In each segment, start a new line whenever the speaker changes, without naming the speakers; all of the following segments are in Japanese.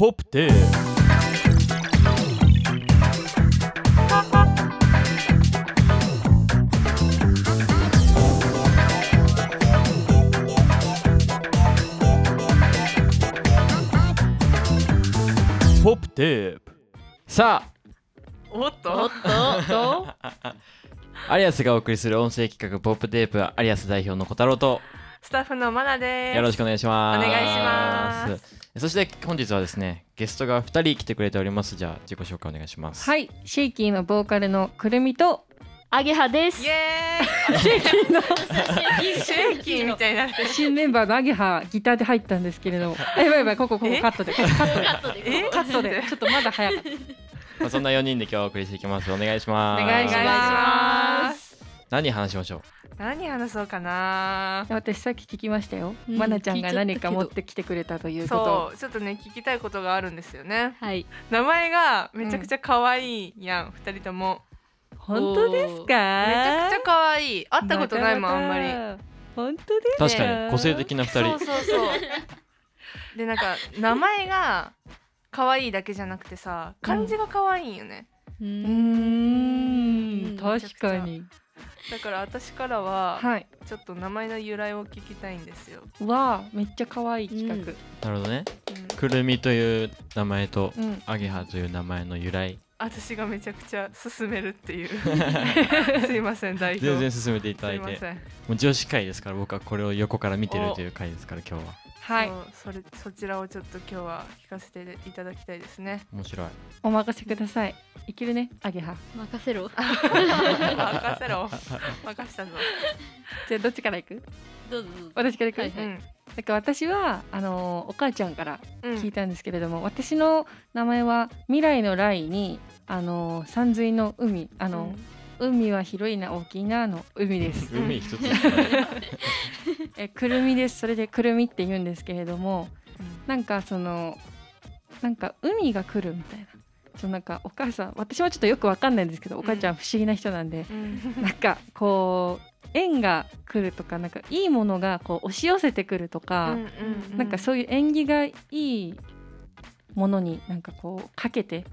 ポップテポップテープ
さ
おっ
おっ
と
とどう
あアリアスがお送りする音声企画「ポップテープ」アリアス代表の小太郎と
スタッフのマナです
よろしくお願いします
お願いします
そして本日はですねゲストが2人来てくれておりますじゃあ自己紹介お願いします
はいシェイキーのボーカルのくるみとアゲハです
イエーイシェイキーみたいになって る
新メンバーのアゲハギターで入ったんですけれ どあやばいやばいここここ
え
カットでカットで
え
カットでちょっとまだ早かった
まあ、そんな4人で今日はお送りしていきますお願いします
お願い
お
し
願いし
ま
ます
何話しましょう
何話そうかな
私さっき聞きましたよ、
うん
まなちゃんが何か
聞いちゃったけ
持
ど
ってきてくれたということ
そうちょっとね聞きたいことがあるんですよね
はい。
名前がめちゃくちゃ可愛いやん、二人とも
本当ですかめ
めちゃく
ち
ちゃ可愛い会ったことないもんあんまり
本当で
確
す
かに個性的な2人
そうそう そうでなんか名前が可愛いだけじゃなくてさ漢字が可愛いんよね、
う
うー
ん。
ん
うん
確かに
だから私からは
はい
ちょっと名前の由来を聞きたいんですよ、
わあめっちゃ可愛い企画
なるほどね
うん
くるみという名前と
うん、
アゲハという名前の由来
私がめちゃくちゃ勧めるっ ていうすいません代表
全然進めていた
す
だ
い
い
ま
て
せん
もう女子会ですから僕はこれを横から見てるという回ですから今日は
はい
そうそれそちらをちょっと今日は聞かせていただきたいです ね
面白い
お任せくださいいけるねアゲハ
任せろ。
任せろ任せたぞ、
じゃあどっちから行く
どうぞどうぞ。
私から行く、
はい
うん
なんか私はあのーお母ちゃんから
うん
聞いたんですけれども、私の名前は未来の来にあのー山水の海あ
う
の
ん、
ー、海は広いな大きいなの 海です
海一つ
えくるみですそれでくるみって言うんですけれどもなんかそのなんか海が来るみたいなそのなんかお母さん私はちょっとよくわかんないんですけどお母ちゃん不思議な人なんで、
うん
なんかこう縁が来るとかなんかいいものがこう押し寄せてくるとか、
うんうんうん
なんかそういう縁起がいいものになんかこうかけて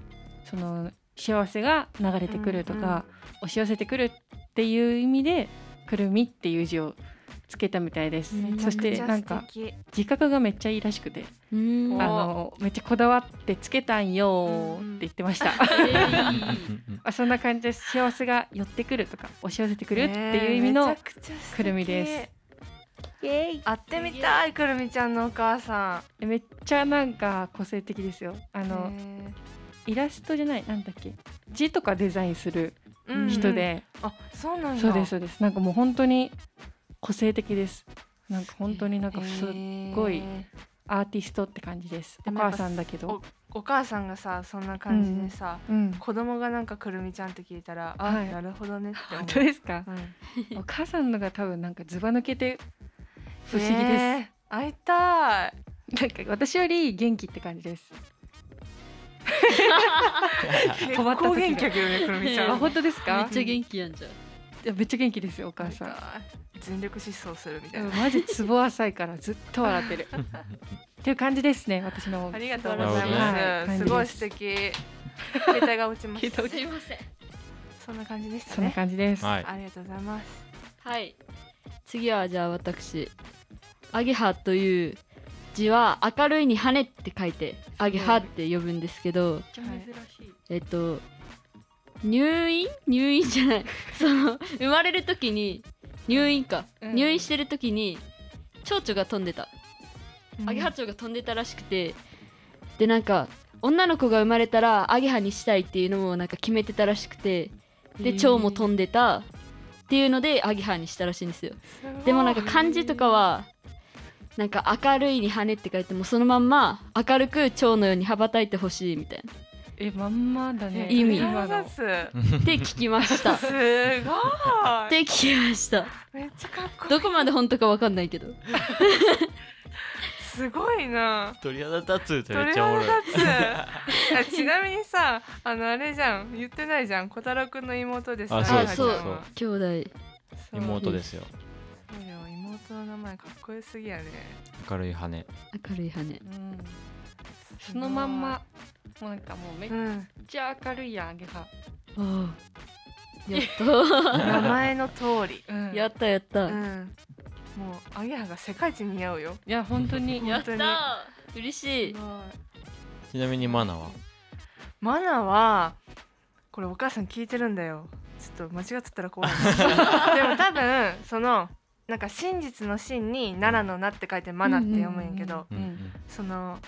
その幸せが流れてくるとか、
うんうん
押し寄せてくるっていう意味で「くるみ」っていう字をつけたみたいです。
うん
そしてなん
め
か
ちゃくちゃ素敵
自覚がめっちゃいいらしくて
う
あ
ん。
お
のめっちゃこだわってつけたんよーって言って ました。あそんな感じです幸せが寄ってくるとか押し寄せてくるっていう意味
ね
の
えめちゃくちゃ素敵
くるみです
会ってみたいくるみちゃんのお母さ
えめっちゃなんか個性的ですよあ
ん
の、
ね
イラストじゃないなんだっけ字とかデザインする
えうん
人で、
あそうなんだ
そうですそうですなんかもう本当に個性的ですなんか本当になんかすごい
へえ
アーティストって感じです
で
お
もやっ
母
ぱ
さんだけど
お母さんがさそんな感じでさ、
うん
子供がなんかくるみちゃんって聞いたら、あ
はい
なるほどねって思
本
う
当ですか
うん
お母さんのが多分なんかずば抜けて不思議です、
ねえ会いたい
なんか私より元気って感じです止まった時が
好元気やけどねくるみちゃん
あ本当ですか
めっちゃ元気やんじゃん。
いやめっちゃ元気ですよお母
会い
さ
た
ん
い全力疾走するみたい
うん
な、
マジツボ浅いからずっと 笑ってるっていう感じですね私の
ありがとうござい
な
ます、
るほどね
すごい素敵携帯が落ちまし
携
た
帯
すいません。
そんな感じでした
そんな
ね
感じで す、
はい
ありがとうございます
はい。次はじゃあ私。アゲハという字は明るいに羽って書いてアゲハって呼ぶんですけど、
めっちゃ珍しい
えっと入院入院じゃない。その生まれる時に入院か、
うん
入院してる時に蝶々が飛んでた。
うん
アゲハチョウが飛んでたらしくてでなんか女の子が生まれたらアゲハにしたいっていうのもなんか決めてたらしくてで蝶も飛んでたっていうのでアゲハにしたらしいんですよ
すごい
でもなんか漢字とかはなんか明るいに羽って書いてもそのまんま明るく蝶のように羽ばたいてほしいみたい
えまんまだね
意味
今
目
の
指す
なって聞きましたっ
すごい
て聞きました
めっちゃかっこいい
どこまで本当かわかんないけど
すごいな
鳥肌立つって
鳥
めっちゃおも
肌
ろい
立つあちなみにさあのあれじゃん言ってないじゃん小太郎くんの妹です
あ
そう
あやちゃんは
そう兄弟
そう
妹ですよ
そうよ妹の名前かっこよすぎやね
明るい羽
明るい羽
うん
す
そのまんまもうなんかもうめっ
うん、
ちゃ明るいやんアゲハ、
ああやっ
名前の通り、
うん、
たや
い
ったやった、
うん、もうアゲハが世界一似合うよ
や本当に
や
本
っ
当に
た嬉しい
ちなみにマナは
マナはこれお母さん聞いてるんだよちょっと間違ってたら怖いな でも多分そのなんか真実の真に奈良の名って書いてマナって読むんやけど、
うん
その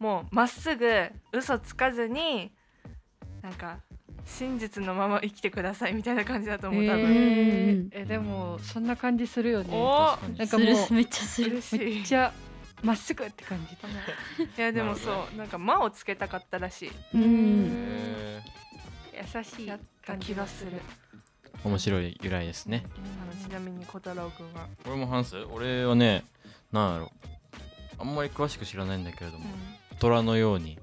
もうまっすぐ嘘つかずになんか真実のまま生きてくださいみたいな感じだと思う多分、
え
うん
ーえでもそんな感じするよね
お
確かに
なんか
す
もう
るめっちゃする
嬉し
め
い
っちゃまっすぐって感じだね
いやでもそうなんか「間」をつけたかったらしい
うん
へ
優しい
やった
感
気
じ
がする
ー面白い由来ですね
あのちなみに小太郎くんは、
俺も半数俺はねなんだろうあんまり詳しく知らないんだけれども、虎のように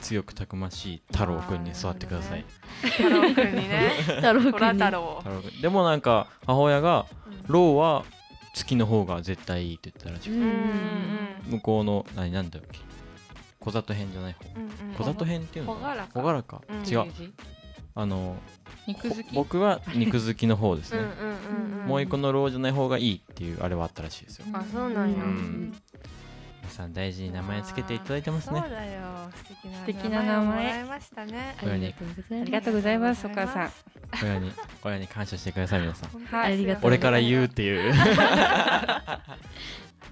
強くたくましい太郎くんに育ってください、
太郎くんにね
太郎くん
虎太郎を
太郎くんでもなんか母親が
うん
「ローは月の方が絶対いい」って言ったらし
う
く
ん
うんうん
向こうの何なんだっけ小里編じゃない方
うんうん
小里編っていうの
ほがらか
ほがらか
うん
違うあの
肉好き
僕は肉好きの方です
うんう
ね
んうんうん
もう一個のローじゃない方がいいっていうあれはあったらしいですよ
あそうなんや、
うん皆さん大事に名前つけていただいてますね
そうだよ素敵な
素敵な名前
をもらいましたね
ありがとうござい
あ
ます
りがとうございますお母さん
親に親に感謝してください皆さん
本当ですよ
ありがとうございます
俺から言うって いう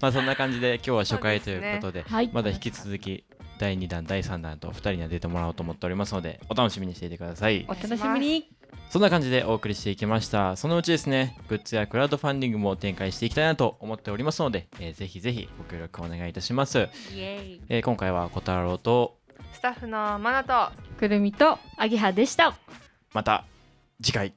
まあそんな感じで今日は初回ということで
はい
まだ引き続き第2弾第3弾と2人には出てもらおうと思っておりますのでお楽しみにしていてください
お楽しみに
そんな感じでお送りしていきましたそのうちですねグッズやクラウドファンディングも展開していきたいなと思っておりますので、えーぜひぜひご協力お願いいたします、
イエーイ
えー今回は小太郎と
スタッフのマナと
くるみと
アゲハでした
また次回